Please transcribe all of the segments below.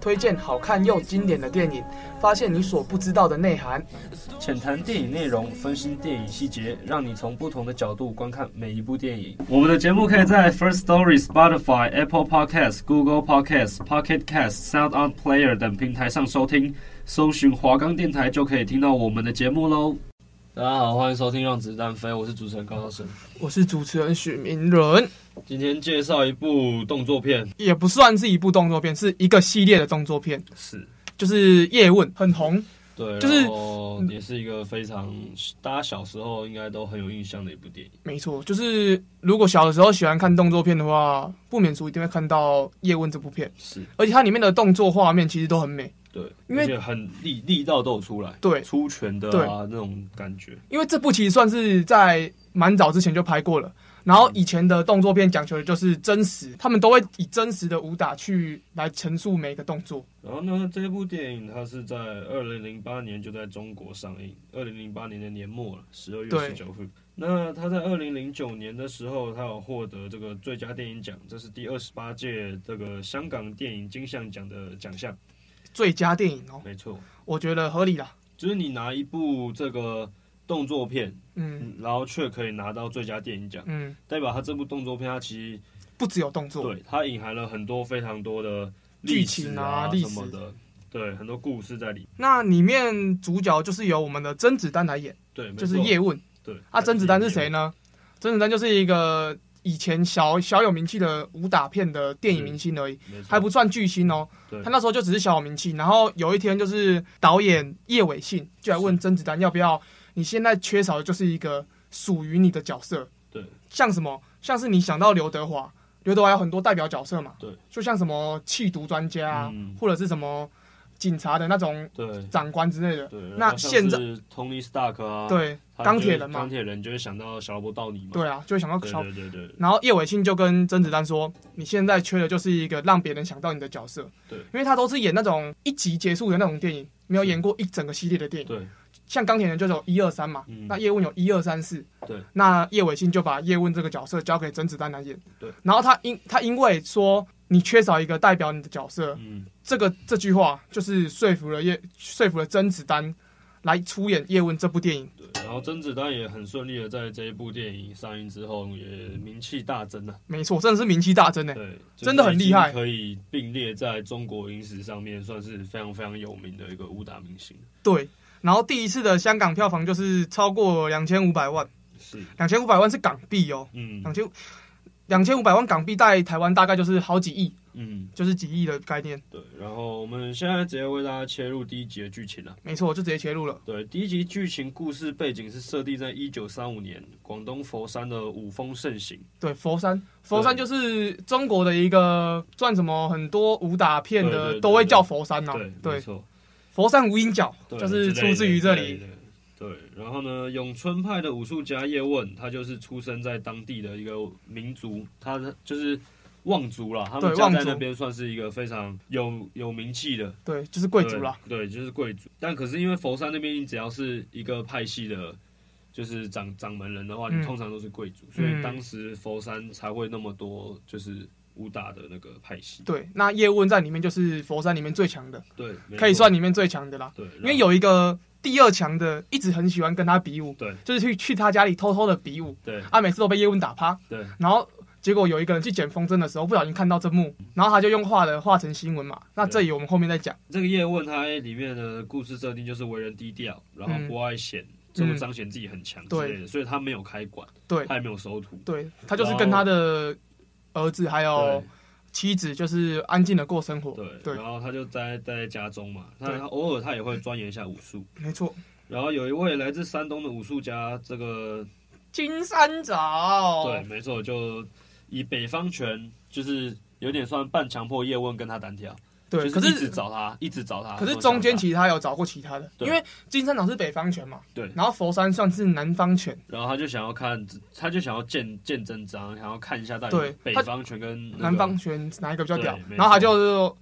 推荐好看又经典的电影，发现你所不知道的内涵。浅谈电影内容，分析电影细节，让你从不同的角度观看每一部电影。我们的节目可以在 First Story、Spotify、Apple Podcasts、Google Podcasts、Pocket Casts、Sound On Player 等平台上收听，搜寻华冈电台就可以听到我们的节目喽。大家好，欢迎收听《让子弹飞》，我是主持人高道生。我是主持人许明伦，今天介绍一部动作片，也不算是一部动作片，是一个系列的动作片，是就是《叶问》很红。对，就是嗯然后也是一个非常大家小时候应该都很有印象的一部电影。没错，就是如果小的时候喜欢看动作片的话，不免俗一定会看到《叶问》这部片，是而且它里面的动作画面其实都很美。对，因为而且很力力道都有出来，对出拳的对啊那种感觉，因为这部其实算是在蛮早之前就拍过了。然后以前的动作片讲求的就是真实，他们都会以真实的武打去来陈述每一个动作。然后呢，这部电影它是在二零零八年就在中国上映，二零零八年的年末了，十二月对十九日。那它在二零零九年的时候，它有获得这个最佳电影奖，这是第二十八届这个香港电影金像奖的奖项。最佳电影哦，没错，我觉得合理啦。就是你拿一部这个动作片，嗯然后却可以拿到最佳电影奖，嗯，代表它这部动作片它其实不只有动作，对，它隐含了很多非常多的剧历情史啊啊历什么史的，对，很多故事在里面。那里面主角就是由我们的甄子丹来演，对，没就是错叶问。对。啊，甄子丹是谁？呢？甄子丹就是一个以前小小有名气的武打片的电影明星而已，没错还不算巨星哦。对他那时候就只是小有名气，然后有一天就是导演叶伟信就来问甄子丹要不要，你现在缺少的就是一个属于你的角色，对，像什么，像是你想到刘德华，刘德华有很多代表角色嘛，对，就像什么弃毒专家啊，嗯或者是什么警察的那种对长官之类的，对。那现在 Tony Stark 啊，对，他钢就铁是人嘛钢铁人就会想到小罗伯道尼嘛，对啊，就会想到对小。对对对，然后叶伟信就跟甄子丹说：“你现在缺的就是一个让别人想到你的角色，对因为他都是演那种一集结束的那种电影，没有演过一整个系列的电影。对像钢铁人就是有一二三嘛，嗯那叶问有一二三四，对，那叶伟信就把叶问这个角色交给甄子丹来演，对，然后他因他因为说你缺少一个代表你的角色，嗯，这个这句话就是说服了叶说服了甄子丹来出演叶问这部电影，对。然后甄子丹也很顺利的在这一部电影上映之后，也名气大增啊，没错，真的是名气大增呢。欸对，真的很厉害就是已经可以并列在中国影史上面算是非常非常有名的一个武打明星，对，然后第一次的香港票房就是超过两千五百万，是，两千五百万是港币哦，嗯两千两千五百万港币在台湾大概就是好几亿，嗯。就是几亿的概念，对，然后我们现在直接为大家切入第一集的剧情了。没错，就直接切入了。对，第一集剧情故事背景是设定在一九三五年广东佛山的五风盛行。对，佛山，佛山就是中国的一个算什么很多武打片对对的对都会叫佛山呐、对，没啊对，错，佛山无影脚对就是之类出的自于这之类里。的对，然后呢，咏春派的武术家叶问，他就是出生在当地的一个民族，他的就是望族啦，他们对家望在族那边算是一个非常有有名气的对，就是贵族啦。对，对，就是贵族。但可是因为佛山那边，你只要是一个派系的，就是掌掌门人的话，嗯你通常都是贵族，所以嗯当时佛山才会那么多就是武打的那个派系。对，那叶问在里面就是佛山里面最强的，对，没可以错算里面最强的啦。对，因然为后有一个第二强的，一直很喜欢跟他比武，对就是去去他家里偷偷的比武，对啊，每次都被叶问打趴。对然后结果有一个人去捡风筝的时候，不小心看到这幕，然后他就用画的画成新闻嘛。那这里我们后面再讲。这个叶问他里面的故事设定就是为人低调，然后嗯不爱显，这么嗯彰显自己很强之对类的，所以他没有开馆，对他也没有收徒。对，他就是跟他的儿子还有对妻子，就是安静的过生活。对，对然，后他就待待在家中嘛，对那他偶尔他也会钻研一下武术。没错。然后有一位来自山东的武术家，这个、金三角，对，，没错，就以北方拳，就是有点算半强迫叶问跟他单挑，对，就可是一直是找他，一直找他。可是我想中间打其实他有找过其他的，对因为金山岛是北方拳嘛，对，然后佛山算是南方拳，然后他就想要看，他就想要见见真章，想要看一下到底对北他方拳跟、那个南方拳哪一个比较屌对？没然后他错就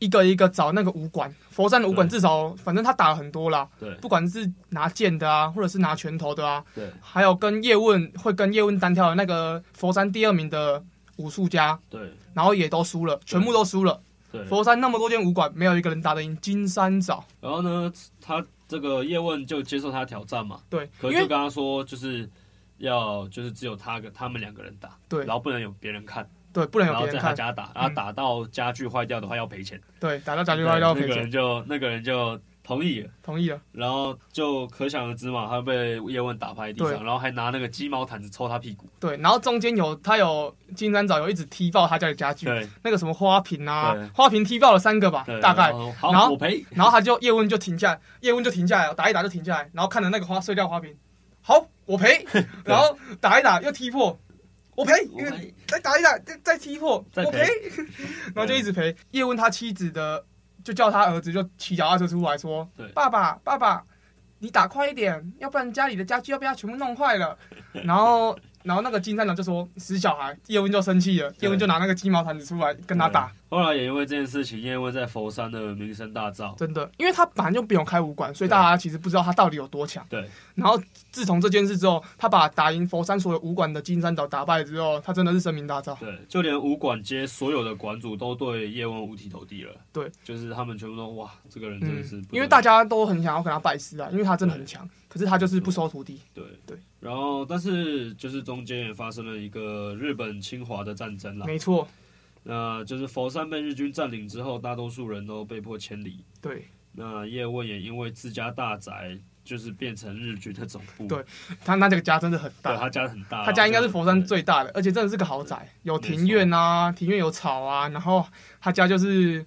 一个一个找那个武馆，佛山的武馆至少反正他打了很多啦，对不管是拿剑的啊，或者是拿拳头的啊，对还有跟叶问会跟叶问单挑的那个佛山第二名的武术家，对然后也都输了，全部都输了。对。佛山那么多间武馆，没有一个人打得赢金山找。然后呢，他这个叶问就接受他的挑战嘛，对，可因是就为跟他说，就是要就是只有他跟他们两个人打，对然后不能有别人看，对不能然有后别在人他看，家打，然后嗯打到家具坏掉的话要赔钱，对打到甲级外要对赔那个钱，人就那个人就同意了，同意了。然后就可想而知嘛，他被叶问打趴在地上，对然后还拿那个鸡毛掸子抽他屁股，对，然后中间有他有金山找有一直踢爆他家的家具，对那个什么花瓶啊对，花瓶踢爆了三个吧对，，大概然。后好然后我赔，然后他就叶问就停下来，叶问就停下来，打一打就停下来，然后看着那个花碎掉花瓶，好，我赔，然后打一打又踢破，我赔，我赔再打一打再再踢破，再我赔赔，然后就一直赔。叶问他妻子的就叫他儿子就骑脚踏车出来说对，爸爸爸爸，你打快一点，要不然家里的家具要被他全部弄坏 了。然后然后那个金三郎就说死小孩，叶问就生气了，叶问就拿那个鸡毛掸子出来跟他打。对。后来也因为这件事情，叶问在佛山的名声大噪。真的，因为他本来就不用开武馆，所以大家其实不知道他到底有多强。对，然后自从这件事之后，他把打赢佛山所有武馆的金山岛打败之后，他真的是声名大噪。对，就连武馆街所有的馆主都对叶问五体投地了。对，就是他们全部都哇，这个人真嗯的是不嗯得了、因为大家都很想要跟他拜师啊，因为他真的很强，可是他就是不收徒弟。对对。然后，但是就是中间也发生了一个日本侵华的战争啦。没错，那就是佛山被日军占领之后，大多数人都被迫迁离。对那叶问也因为自家大宅，就是变成日军的总部。对他那这个家真的很对，大，他啊家很大，他家应该是佛山对最大的，而且真的是个豪宅，有庭院啊，庭院有草啊，然后他家就是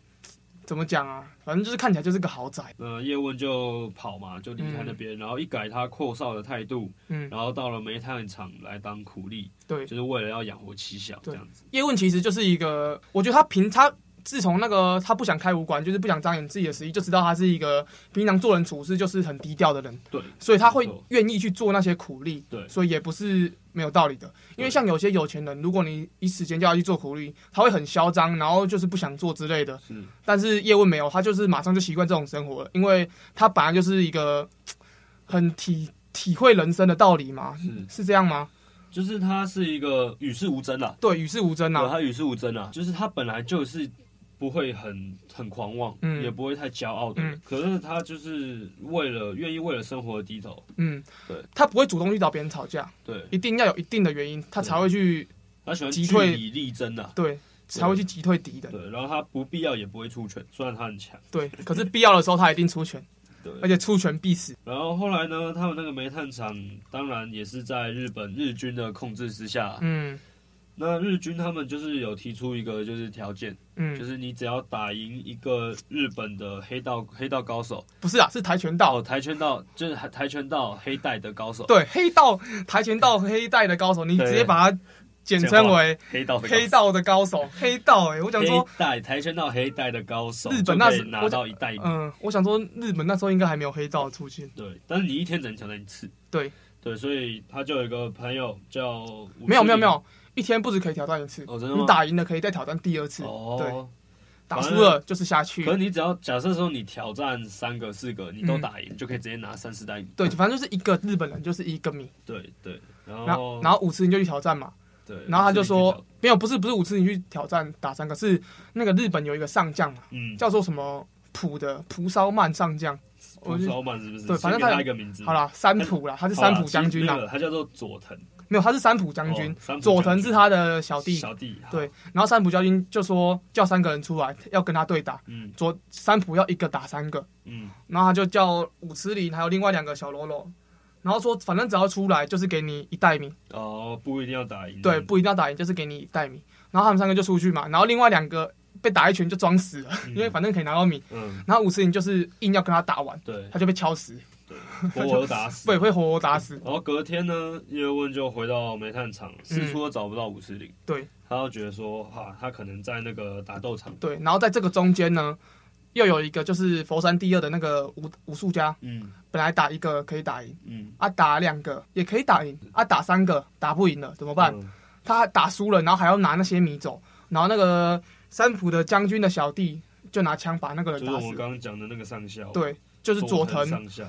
怎么讲啊，反正就是看起来就是个豪宅。那叶问就跑嘛，就离开那边，然后一改他阔少的态度，嗯，然后到了煤炭厂来当苦力，对。就是为了要养活妻小这对样子。叶问其实就是一个，我觉得他凭他自从那个他不想开武馆，就是不想彰显自己的实力，就知道他是一个平常做人处事就是很低调的人，对，所以他会没错愿意去做那些苦力，对所以也不是没有道理的。因为像有些有钱人，如果你一时间叫他去做苦力，他会很嚣张，然后就是不想做之类的。是，但是叶问没有，他就是马上就习惯这种生活了，因为他本来就是一个很体体会人生的道理嘛，是是这样吗？就是他是一个与世无争啦，对，与世无争对，啊，他与世无争啦，就是他本来就是不会很很狂妄，嗯也不会太骄傲的人，嗯可是他就是为了愿意为了生活而低头，嗯对，他不会主动去找别人吵架。对一定要有一定的原因，他才会去他喜欢据击退理力争啦，对，才会去击退敌人。对，然后他不必要也不会出拳，虽然他很强，对，可是必要的时候他一定出拳，对，而且出拳必死。然后后来呢，他们那个煤炭厂当然也是在日本日军的控制之下。嗯那日军他们就是有提出一个就是条件，就嗯，是你只要打赢一个日本的黑道黑道高手，不是啊，是跆拳道。哦，跆拳道就是跆跆拳道黑带的高手，对，黑道、跆拳道、黑带的高手，你对直接把它简称为黑道的高手黑道的高手。黑道、欸，我想说，黑带跆拳道黑带的高手，日本那就可以时拿到一袋米，嗯，我想说日本那时候应该还没有黑道出现，对，但是你一天只能挑战一次，对对，所以他就有一个朋友叫吴没有志没有明没，有，一天不止可以挑战一次，哦真的吗你打赢了可以再挑战第二次，对，哦，打输了就是下去可。是你只要假设说你挑战三个、四个，你都打赢，就可以直接拿三四袋米。嗯对，反正就是一个日本人就是一个米，对对，然然后后然后五次你就去挑战嘛，哦对，然后他就自己说没有，不是不是五次你去挑战打三个，是那个日本有一个上将嘛，去挑，叫做什么普的蒲烧曼上将，我嗯，就蒲烧曼是不是？对反先正给他他一个名字。好啦，三浦啦，他嗯是好啦，三浦将军其实啊啦没，有他叫做佐藤没有他是三浦将军哦三，浦将军佐藤是他的小弟，小弟。好对，，然后三浦将军就说叫三个人出来要跟他对打，嗯佐三浦要一个打三个，嗯，然后他就叫五池林还有另外两个小喽啰，然后说反正只要出来就是给你一袋米，哦，不一定要打赢。对，不一定要打赢，就是给你一袋米。然后他们三个就出去嘛，然后另外两个被打一拳就装死了，因为反正可以拿到米。嗯，然后五十铃就是硬要跟他打完，对 他就被敲死。活活打死。对，会活活打死。然后隔天呢，叶问就回到煤炭厂，四嗯处都找不到武士林。对，他就觉得说，哈，他可能在那个打斗场。对，然后在这个中间呢，又有一个就是佛山第二的那个武武术家，嗯本来打一个可以打赢，嗯，啊打两个也可以打赢，啊打三个打不赢了怎么怎办？？他打输了，然后还要拿那些米走，然后那个三浦的将军的小弟就拿枪把那个就是人打我死们了。刚刚讲的那个上校，，对，就是佐藤。上校，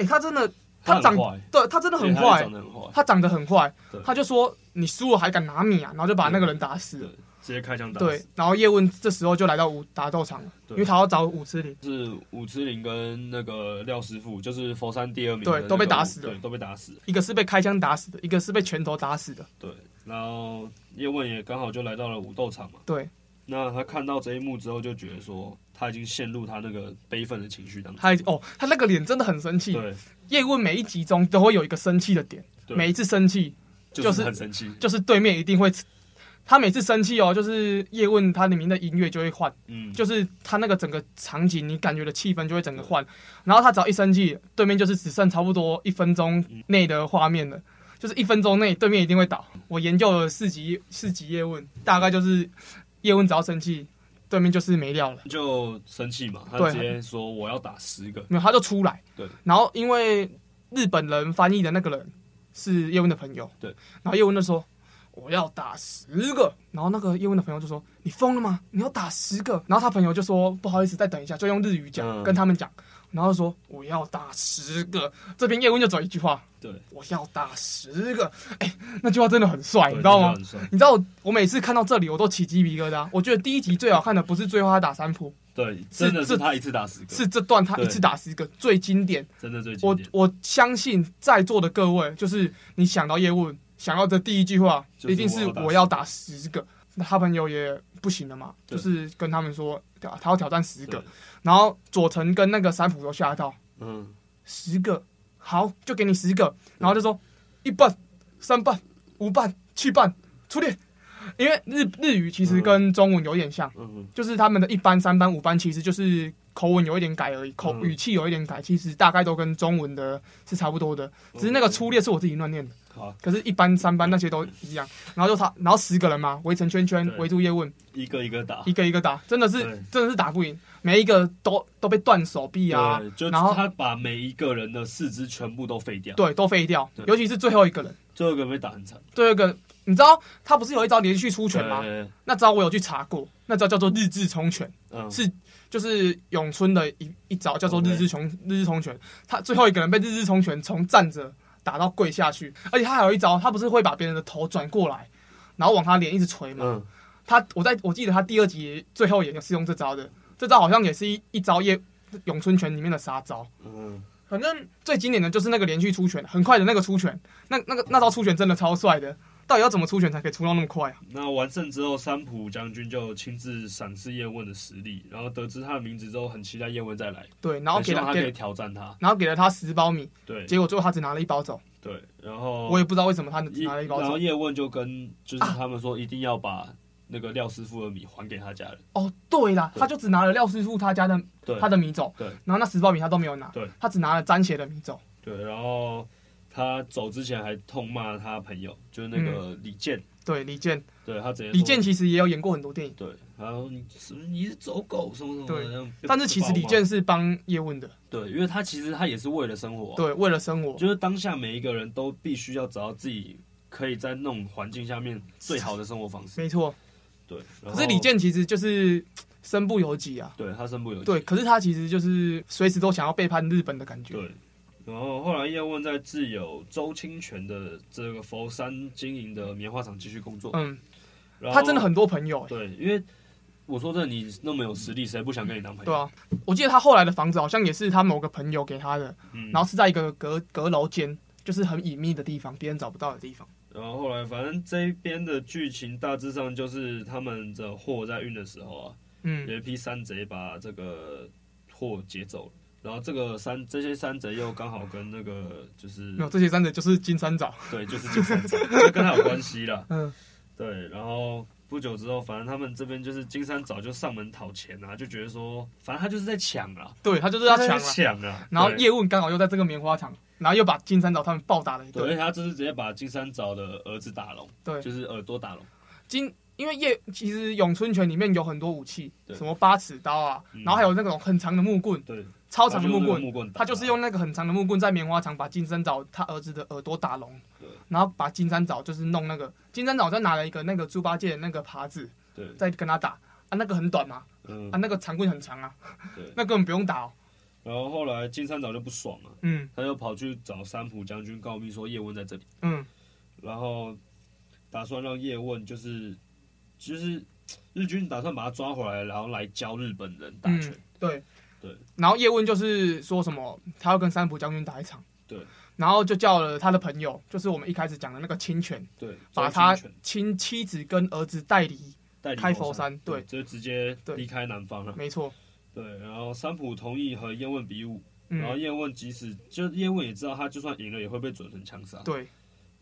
哎、他真的，他他很长坏，对他真的对很他也坏长，得很坏，他长得很坏对，他就说你输了还敢拿米啊，然后就把那个人打死了对。直接开枪打对死。，然后叶问这时候就来到武打斗场了，因对为他要找武之林。是武之林跟那个廖师傅，就是佛山第二名的对那个武，都被打死了对，都被打死了。一个是被开枪打死的，一个是被拳头打死的。对，然后叶问也刚好就来到了武斗场嘛。对那他看到这一幕之后，就觉得说他已经陷入他那个悲愤的情绪当中。他哦，他那个脸真的很生气。对，叶问每一集中都会有一个生气的点，对每一次生气就就是是很生气。就是对面一定会，他每次生气哦，就是叶问他里面的音乐就会换，嗯，就是他那个整个场景你感觉的气氛就会整个换，然后他只要一生气，对面就是只剩差不多一分钟内的画面了。就是一分钟内，对面一定会倒。我研究了四集四集叶问，大概就是叶问只要生气，对面就是没料了。就生气嘛，他对直接说我要打十个。没有，他就出来。对。然后因为日本人翻译的那个人是叶问的朋友。对。然后叶问就说：“我要打十个。”然后那个叶问的朋友就说：“你疯了吗？你要打十个？”然后他朋友就说：“不好意思，再等一下。”就用日语讲、嗯跟他们讲，然后说：“我要打十个。”这边叶问就走一句话对，：“我要打十个。”哎，那句话真的很帅，对你知道？这吗就？很帅你知道我我每次看到这里我都起鸡皮疙瘩。我觉得第一集最好看的不是最后他打三扑，对，真的是这他一次打十个，是这段他对一次打十个最经典。真的最经我典。我相信在座的各位，就是你想到叶问，想到的第一句话，就是一定是我我要要打十个。那他朋友也不行了嘛，对就是跟他们说啊他要挑战十个对，然后佐藤跟那个三浦都吓到，嗯，十个，好，就给你十个，然后就说一半、三半、五半、七半，出列。因为日日语其实跟中文有点像，嗯就是他们的一班、三班、五班，其实就是口吻有一点改而已，口、嗯语气有一点改，其实大概都跟中文的是差不多的，嗯只是那个粗略是我自己乱念的，好，可是，一班、三班那些都一样。然后就他，然后十个人嘛，围成圈圈对，围住叶问，一个一个打一。个一个打，真的是对真的是打不赢，每一个都都被断手臂啊对，，就然后他把每一个人的四肢全部都废掉，对都废掉对，尤其是最后一个人，最后一个被打很惨。最后一个。你知道他不是有一招连续出拳吗？对，那招我有去查过，那招叫做日字冲拳。嗯，是就是咏春的一一招叫哦做日日冲日日冲拳，他最后一个人被日日冲拳从站着打到跪下去，而且他还有一招，他不是会把别人的头转过来，然后往他脸一直捶嘛。嗯，他我在我记得他第二集最后也是用这招的，这招好像也是一一招叶咏春拳里面的杀招。嗯，反正最经典的就是那个连续出拳，很快的那个出拳，那那个那招出拳真的超帅的。到底要怎么出拳才可以出到那么快啊？那完胜之后，三浦将军就亲自赏识叶问的实力，然后得知他的名字之后，很期待叶问再来，对，然后很希给望了他给可以了，挑战他。然后给了他十包米，对结果最后他只拿了一包走。对，然后我也不知道为什么他一拿了一啊包然走后。叶问就跟就是他们说，一定要把那个廖师傅的米还给他家人。哦，对啦，对他就只拿了廖师傅他家的对，他的米走，对然后那十包米他都没有拿，对他只拿了沾血的米走，对，然后他走之前还痛骂他朋友，就是那个李健，对，李健，对他直接说嗯李健其实也有演过很多电影，对，然后你什么你是走狗什么什么的对这样，但是其实李健是帮叶问的，对，因为他其实他也是为了生活啊、对，为了生活，就是当下每一个人都必须要找到自己可以在那种环境下面最好的生活方式。没错。对，然后可是李健其实就是身不由己啊，对他身不由己。对，可是他其实就是随时都想要背叛日本的感觉，对，然后后来叶问在自有周清泉的这个佛山经营的棉花厂继续工作。嗯，然后他真的很多朋友、欸，对，因为我说真的，你那么有实力，谁不想跟你当朋友？对啊，我记得他后来的房子好像也是他某个朋友给他的，嗯，然后是在一个阁阁楼间，就是很隐秘的地方，别人找不到的地方。然后后来反正这边的剧情大致上就是他们的货在运的时候啊，嗯有一批山贼把这个货劫走了。然后这个山，这些山贼又刚好跟那个就是没有，这些山贼就是金山找。对，就是金山贼，就跟他有关系啦。嗯，对，然后不久之后，反正他们这边就是金山早就上门讨钱啊，就觉得说，反正他就是在抢啊，对他就是要他抢就了是。抢啊，然后对叶问刚好又在这个棉花糖，然后又把金三角他们暴打了一对，而且顿。他这次直接把金山找的儿子打聋，对就是耳朵打聋，金因为叶其实咏春拳里面有很多武器，对什么八尺刀啊，嗯然后还有那种很长的木棍，对，超长的木他就用那个棍。木棍打，他就是用那个很长的木棍在棉花糖把金三角他儿子的耳朵打聋对，然后把金三角就是弄那个金三角就拿了一个那个猪八戒的那个耙子对，在跟他打啊，那个很短嘛，嗯啊，那个长棍很长啊，对，那根本不用打、哦。然后后来金山早就不爽了，嗯他就跑去找三浦将军告密说叶问在这里，嗯，然后打算让叶问就是就是日军打算把他抓回来，然后来教日本人打拳，嗯、对对。然后叶问就是说什么，他要跟三浦将军打一场。对。然后就叫了他的朋友，就是我们一开始讲的那个亲权，对，把抓他金拳亲妻子跟儿子带离。带离开佛佛山对就直接对离开南方了。没错。对，然后三浦同意和叶问比武，然后嗯。叶问即使就叶问也知道他就算赢了也会被准成枪杀。对。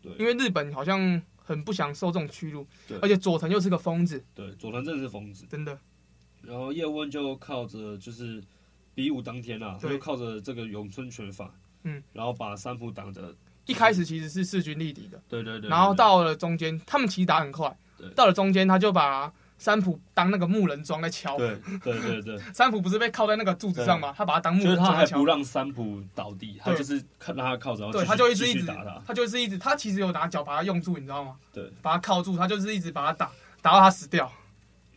对因为日本好像很不想受这种屈辱对，而且佐藤又是个疯子，对，佐藤正是疯子。真的。然后叶问就靠着就是比武当天啊，他对就靠着这个咏春拳法，嗯，然后把三浦挡着。一开始其实是势均力敌的，对对对。然后到了中间，他们其实打很快对，到了中间他就把三浦当那个木人桩在敲。对对对对，三浦不是被靠在那个柱子上吗？他把他当木就人是他桩还在敲不。让三浦倒地，他就是看让他靠着，然后对，哦继续他就一直一继续直打他。就是一直，他其实有拿脚把他用住，你知道吗？对，把他铐住，他就是一直把他打，打到他死掉。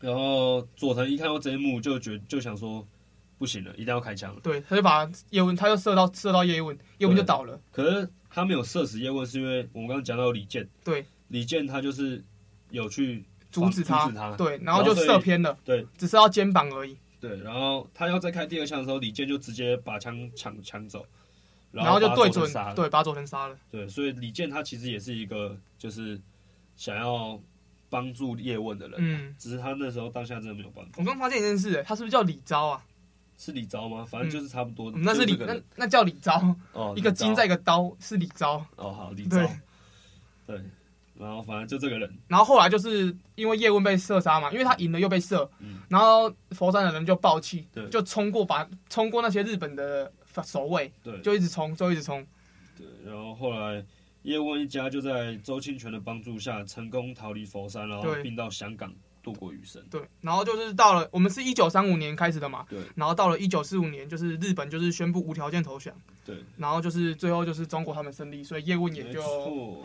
然后佐藤一看到这一幕，就觉就想说，不行了，一定要开枪了。对，他就把叶问，他就射到射到叶问，叶问就倒了。可是他没有射死叶问，是因为我们刚刚讲到李健，对，李健他就是有去阻止他，阻止他对，然后就然后所以射偏了，对，只射到肩膀而已。对，然后他要再开第二枪的时候，李健就直接把枪抢抢走，然后后就把对佐藤准杀了，对，把佐藤杀了。对，所以李健他其实也是一个就是想要帮助叶问的人，嗯，只是他那时候当下真的没有办法我。刚发现一件事，哎他是不是叫李昭啊？是李昭吗？反正就是差不多的，嗯那是就李，这个那人那叫李昭，哦，一个李昭金在一个刀，是李昭。哦，好李昭对，对，然后反正就这个人，然后后来就是因为叶问被射杀嘛，因为他赢了又被射，嗯然后佛山的人就暴气对，就冲过把冲过那些日本的守卫，对，就一直冲，就一直冲。对，然后后来叶问一家就在周清泉的帮助下，成功逃离佛山，然后对并到香港度过余生。对，然后就是到了我们是一九三五年开始的嘛，对然后到了一九四五年，就是日本就是宣布无条件投降，对，然后就是最后就是中国他们胜利，所以叶问也没就错，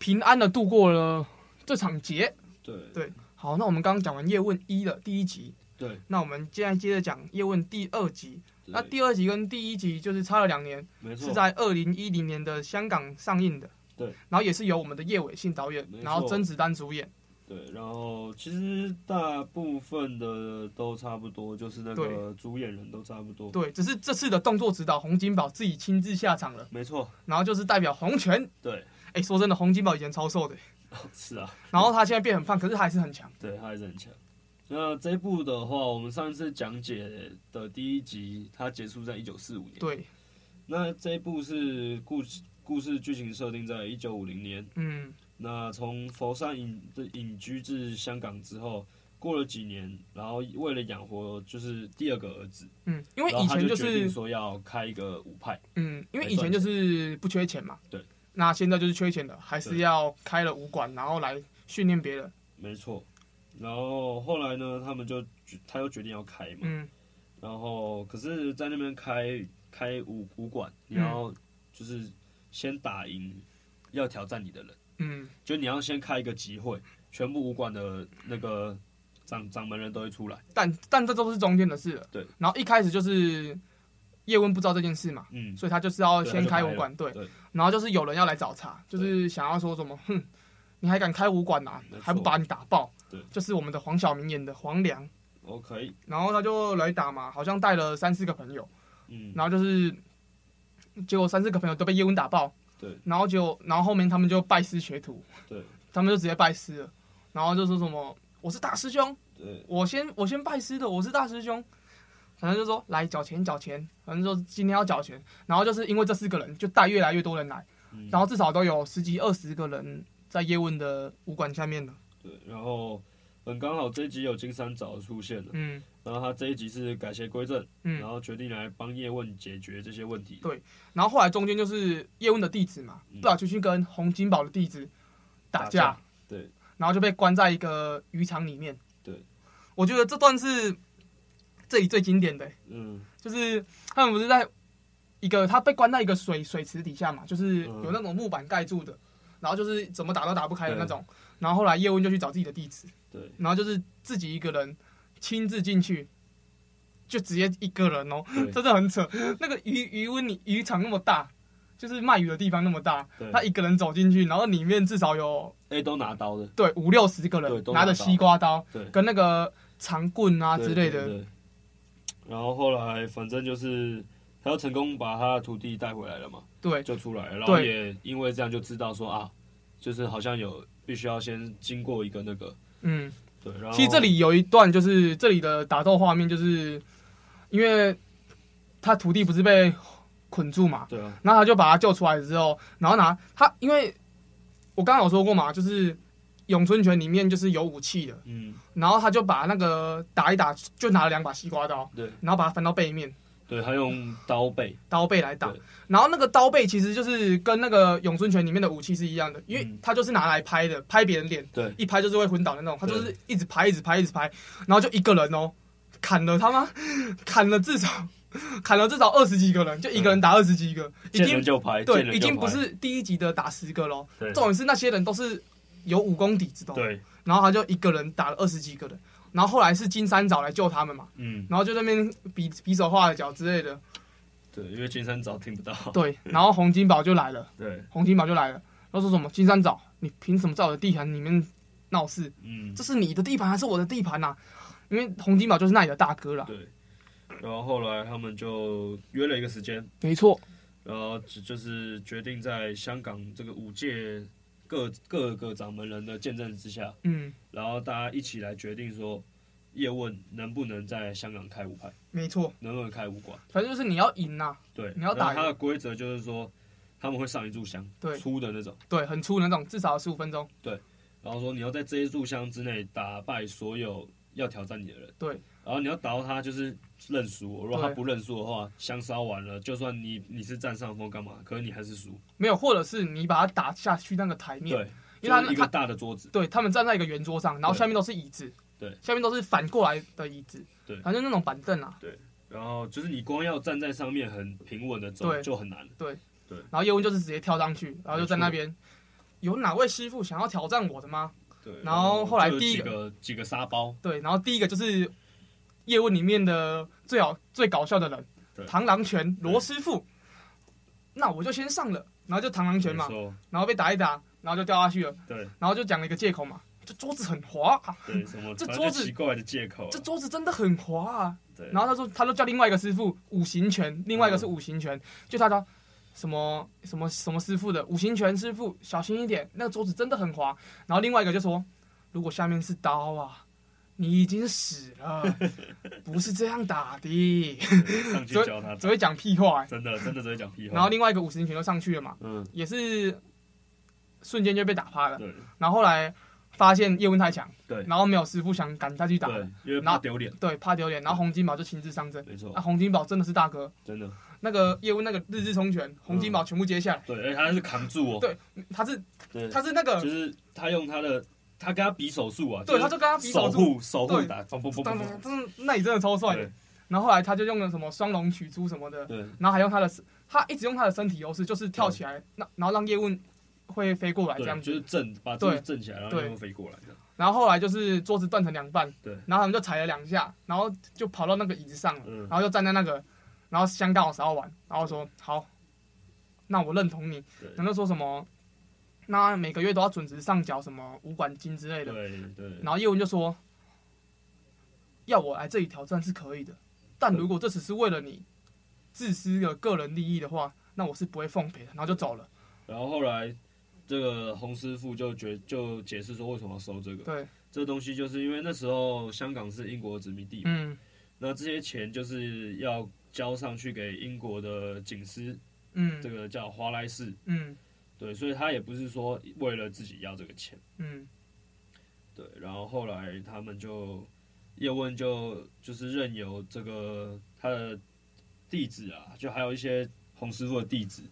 平安的度过了这场劫。对对好，那我们刚刚讲完叶问一的第一集，对。那我们现在接着讲叶问第二集。那对第二集跟第一集就是差了两年，没错是在二零一零年的香港上映的。对，然后也是由我们的叶伟信导演没，错然后甄子丹主演。对，然后其实大部分的都差不多，就是那个主演人都差不多。对，只是这次的动作指导洪金宝自己亲自下场了，没错，然后就是代表洪拳。对，哎，说真的，洪金宝以前超瘦的，是啊，然后他现在变很胖，可是他还是很强。对他还是很强。那这一部的话，我们上一次讲解的第一集，它结束在一九四五年。对，那这一部是故事故事剧情设定在一九五零年，嗯，那从佛山隐的隐居至香港之后，过了几年，然后为了养活就是第二个儿子，嗯，因为然后以他前就就决定是，说要开一个武派，嗯，因为没以前赚钱就是不缺钱嘛。对。那现在就是缺钱的，还是对要开了武馆，然后来训练别人。没错。然后后来呢，他们就他又决定要开嘛，嗯，然后可是，在那边开开武武馆，你要就是先打赢要挑战你的人，嗯，就你要先开一个集会，全部武馆的那个掌掌门人都会出来，但但这都是中间的事了。对。然后一开始就是叶问不知道这件事嘛，嗯，所以他就是要先对他开就武馆，对了对，然后就是有人要来找茬，就是想要说什么，哼，你还敢开武馆呐、啊没错还不把你打爆？对就是我们的黄晓明演的黄良， OK，然后他就来打嘛，好像带了三四个朋友，嗯，然后就是结果三四个朋友都被叶问打爆，对然后就然后后面他们就拜师学徒，对他们就直接拜师了，然后就说什么我是大师兄，对我先我先拜师的，我是大师兄。反正就说来缴钱缴钱，反正说今天要缴钱，然后就是因为这四个人就带越来越多人来，嗯然后至少都有十几二十个人在叶问的武馆下面了。对，然后很刚好这一集有金三角出现了，嗯然后他这一集是改邪归正，然嗯。后决定来帮叶问解决这些问题。对然后后来中间就是叶问的弟子嘛，嗯不小心去跟洪金宝的弟子打架，打架对然后就被关在一个渔场里面。对，我觉得这段是这里最经典的、嗯就是他们不是在一个他被关在一个水水池底下嘛，就是嗯有那种木板盖住的，然后就是怎么打都打不开的对那种。然后后来叶问就去找自己的弟子，对，然后就是自己一个人亲自进去，就直接一个人哦，对真的很扯。那个渔渔温你渔场那么大，就是卖鱼的地方那么大，对， 他一个人走进去，然后里面至少有 A 都拿刀的，对五六十个对人都拿拿着刀西瓜刀对跟那个长棍啊对之类对的，对然后后来反正就是他又成功把他的徒弟带回来了嘛，对就出来了，然后对也因为这样就知道说啊，就是好像有必须要先经过一个那个嗯。对，然后其实这里有一段就是这里的打斗画面，就是因为他徒弟不是被捆住嘛，对啊，然后他就把他救出来之后，然后拿他，因为我刚刚有说过嘛，就是咏春拳里面就是有武器的，嗯，然后他就把那个打一打，就拿了两把西瓜刀，对然后把它翻到背面。对，他用刀背，刀背来打对，然后那个刀背其实就是跟那个咏春拳里面的武器是一样的，因为嗯他就是拿来拍的，拍别人脸，对一拍就是会昏倒的那种，他对就是一直拍，一直拍，一直拍，然后就一个人哦，砍了他妈， 砍了至少砍了至少二十几个人，就一个人打二十几个，嗯已见人经就拍，见对，人已就经不拍是第一集的打十个喽。对重点是那些人都是有武功底子的哦，对，然后他就一个人打了二十几个人，然后后来是金三找来救他们嘛，嗯，然后就在那边比比手画脚之类的，对，因为金山早听不到，对，然后洪金宝就来了，对，洪金宝就来了，然后说什么金三找你凭什么在我的地盘里面闹事？嗯这，是你的地盘还是我的地盘呐、因为洪金宝就是那里的大哥啦，对，然后后来他们就约了一个时间，没错，然后就就是决定在香港这个五届各各个掌门人的见证之下，嗯，然后大家一起来决定说，叶问能不能在香港开武派，没错，能不能开武馆？反正就是你要赢呐、啊对，你要打然后它的规则就是说，他们会上一炷香，对粗的那种，对，很粗的那种，至少十五分钟，然后说你要在这一炷香之内打败所有要挑战你的人，对，然后你要打到他就是认输，哦如果对他不认输的话，香烧完了，就算你你是占上风干嘛，可是你还是输，没有，或者是你把它打下去那个台面，对，因为他就是一个他大的桌子，对他们站在一个圆桌上，然后对下面都是椅子，对下面都是反过来的椅子，对反正那种板凳啊，然后就是你光要站在上面很平稳的走对就很难，然后叶问就是直接跳上去，然后就在那边，有哪位师傅想要挑战我的吗？对，然后后来就有第一几个几个沙包，对，然后第一个就是叶问里面的最好最搞笑的对人，螳螂拳罗师傅。那我就先上了，然后就螳螂拳嘛没，错然后被打一打，然后就掉下去了，对然后就讲了一个借口嘛，这桌子很滑、啊，对，什么这反正桌就子奇怪的借口啊，这桌子真的很滑啊。对，嗯然后他说，他就叫另外一个师傅五行拳，另外一个是五行拳，就他叫什么什么什么师傅的五行拳师傅，小心一点，那个桌子真的很滑。然后另外一个就说，如果下面是刀啊，你已经死 了，不是这样打的，啊对上去只会教他只会讲屁话欸、真的真的只会讲屁话，然后另外一个五行拳就上去了嘛，嗯，也是瞬间就被打趴了。对然后后来发现叶问太强，对然后没有师傅想赶他去打，对，因为然怕后啊丢脸，对，怕丢脸，然后洪金宝就亲自上阵。没错那、，洪金宝真的是大哥，真的那个叶问那个日日冲嗯拳，洪金宝全部接下来，对，而且他是扛住哦，对他是对，他是那个，就是他用他的，他跟他比手速啊，对，他就就跟他是比手手住，护手护对打，嘣嘣嘣嘣当嘣，当当那里真的超帅的对。然后后来他就用了什么双龙取珠什么的，对然后还用他的，他一直用他的身体优势，就是跳起来，那然后让叶问会飞过来这对，样就是子。震把自己对震起来，然后对然后飞过来的，然后后来就是桌子断成两半，对然后他们就踩了两下，然后就跑到那个椅子上了，嗯然后就站在那个，然后香港时候玩，然后说好，那我认同你，然对后说什么，那每个月都要准时上缴什么五管金之类的，对对，然后叶文就说，要我来这里挑战是可以的，但如果这只是为了你自私的个人利益的话，那我是不会奉陪的，然后就走了，然后后来这个洪师傅就觉就解释说为什么要收这个，对，这东西就是因为那时候香港是英国殖民地嘛，嗯那这些钱就是要交上去给英国的警司，这嗯个叫华莱士，嗯对，所以他也不是说为了自己要这个钱，嗯，对，然后后来他们就叶问就就是任由这个他的弟子啊，就还有一些洪师傅的弟子，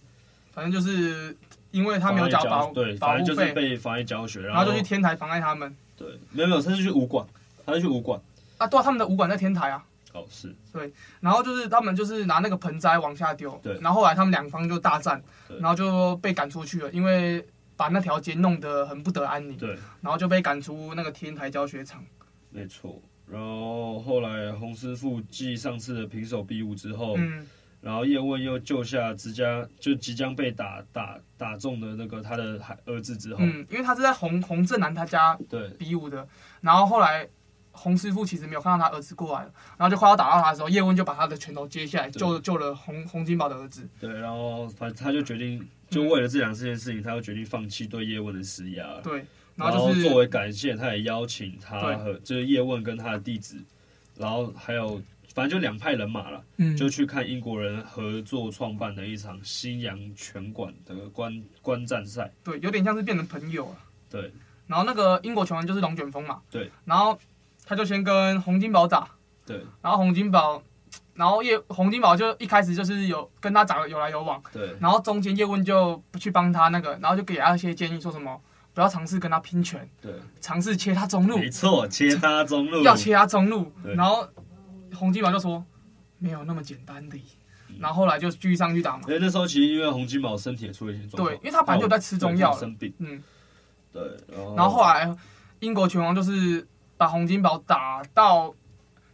反正就是因为他没有妨碍缴教保对，保反护正就是费，被妨碍教学，然然后就去天台妨碍他们。对，没有没有，他是去武馆，他是去武馆，啊，对啊，他们的武馆在天台啊，哦是，然后就是他们就是拿那个盆栽往下丢，对然后后来他们两方就大战对，然后就被赶出去了，因为把那条街弄得很不得安宁，对，然后就被赶出那个天台教学场。没错。然后后来洪师傅继上次的平手比武之后，嗯，然后叶问又救下即将就即将被打打打中的那个他的孩儿子之后，嗯，因为他是在洪洪正南他家对比武的，然后后来洪师傅其实没有看到他儿子过来了，然后就快要打到他的时候，叶问就把他的拳头接下来，对救救了洪洪金宝的儿子。对，然后反他就决定，就为了这两件事情，他就决定放弃对叶问的施压。对，然然后就是作为感谢，他也邀请他对和就是叶问跟他的弟子，然后还有反正就两派人马了，嗯，就去看英国人合作创办的一场西洋拳馆的观观战赛。对，有点像是变成朋友了。对然后那个英国球员就是龙卷风嘛，对，然后他就先跟洪金宝打，对然后洪金宝，然后叶洪金宝就一开始就是有跟他打得有来有往，对然后中间叶问就不去帮他那个，然后就给他一些建议，说什么不要尝试跟他拼拳，对，尝试切他中路，没错，切他中路，要切他中路，对然后洪金宝就说没有那么简单的，然后后来就继续上去打嘛，因为那时候其实因为洪金宝身体也出了一些状况，对因为他本来就有在吃中药了对他生病，嗯，对，然后然后后来英国拳王就是把洪金宝打到。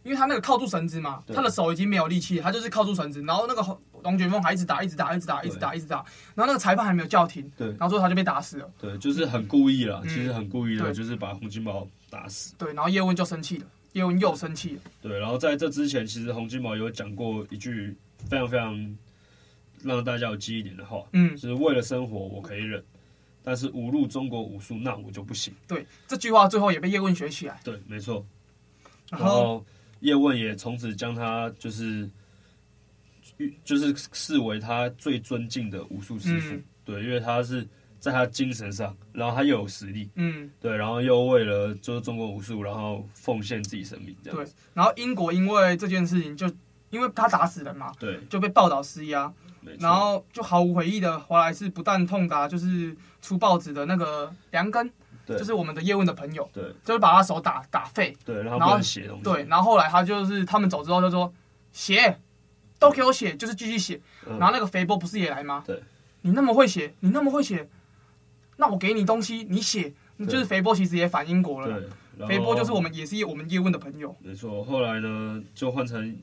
因为他那个靠住绳子嘛，对他的手已经没有力气，他就是靠住绳子，然后那个洪龙卷风还一直打，一直打，一直打，一直打，一直打，然后那个裁判还没有叫停，对然后最后他就被打死了，对，就是很故意啦，嗯其实很故意的，对就是把洪金宝打死。对，然后叶问就生气了，叶问又生气了，对，然后在这之前，其实洪金宝有讲过一句非常非常让大家有记忆点的话，嗯就，是为了生活我可以忍，但是侮辱中国武术那我就不行。对，这句话最后也被叶问学起来，对，没错。然然后后叶问也从此将他就是就是视为他最尊敬的武术师傅，嗯对，因为他是在他精神上，然后他又有实力，嗯，对，然后又为了就是中国武术，然后奉献自己生命这样对子。，然后英国因为这件事情就因为他打死人嘛，对，就被报道施压，没错。然后就毫无悔意的华莱士不但痛打就是出报纸的那个梁根，对就是我们的叶问的朋友，对就是把他手打打废，对，然后然后不能写东西。对，然后后来他就是他们走之后就说写，都给我写，就是继续写。嗯然后那个肥波不是也来吗？对，你那么会写，你那么会写，那我给你东西，你写，对就是肥波其实也反英国了。对，然后肥波就是我们也是我们叶问的朋友，没错。后来呢，就换成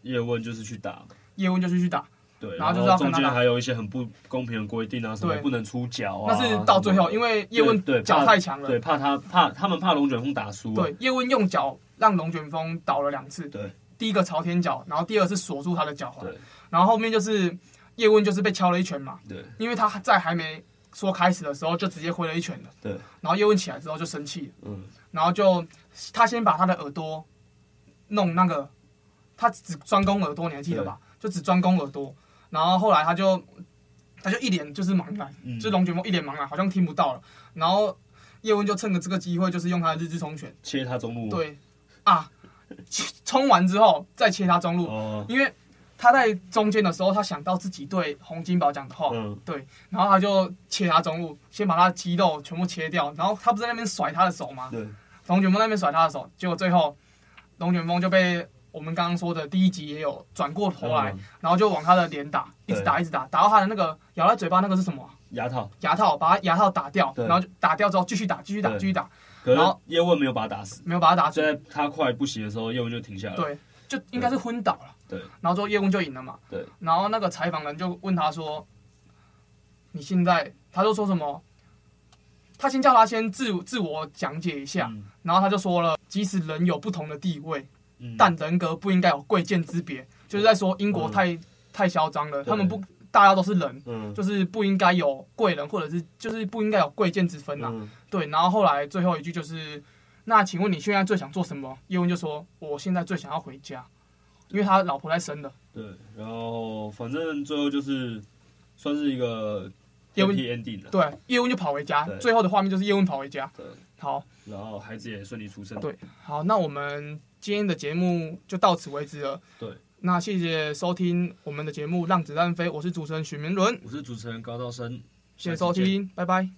叶问就是去打，叶问就是去打，对，然后然就是要中跟他间打还有一些很不公平的规定啊，什么对不能出脚啊，那是到最后，因为为叶问对脚怕太强了对，怕他怕他们怕龙卷风打输啊，对，叶问用脚让龙卷风倒了两次，对第一个朝天脚，然后第二是锁住他的脚踝，对然后后面就是叶问就是被敲了一拳嘛，对因为他在还没说开始的时候就直接挥了一拳了，对，然后叶问起来之后就生气了，嗯，然后就他先把他的耳朵弄那个，他只专攻耳朵，你还记得吧？就只专攻耳朵，然后后来他就他就一脸就是茫然，嗯就是龙卷风一脸茫然，好像听不到了，然后叶问就趁着这个机会，就是用他的日之冲拳。切他中路，对啊， 切冲完之后再切他中路，哦，因为他在中间的时候，他想到自己对洪金宝讲的话，嗯，对，然后他就切他中路，先把他的肌肉全部切掉，然后他不是在那边甩他的手吗？对龙卷风那边甩他的手，结果最后龙卷风就被我们刚刚说的第一集也有转过头来，嗯然后就往他的脸打，一直对打一直打，打到他的那个咬在嘴巴那个是什么啊？牙套，牙套，把他牙套打掉，对然后就打掉之后继续打，继续打，对继续打，可然是后叶问没有把他打死，没有把他打死就。在他快不行的时候，叶问就停下来，对，就应该是昏倒了。对，然后之后叶问就赢了嘛。对，然后那个采访人就问他说：“你现在？”他就说什么？他先叫他先自自我讲解一下，嗯然后他就说了，即使人有不同的地位，嗯但人格不应该有贵贱之别，就是在说英国嗯太、太嚣张了，对他们不大家都是人，嗯就是不应该有贵人或者是就是不应该有贵贱之分啊。嗯对，然后后来最后一句就是，那请问你现在最想做什么？叶问就说，我现在最想要回家，因为他老婆在生的。对，然后反正最后就是算是一个叶问 happy ending 了。对，叶问就跑回家对，最后的画面就是叶问跑回家，对，好，然后孩子也顺利出生。对，好，那我们今天的节目就到此为止了。对，那谢谢收听我们的节目《让子弹飞》，我是主持人许明伦，我是主持人高道生，谢谢下收期见。听，拜拜。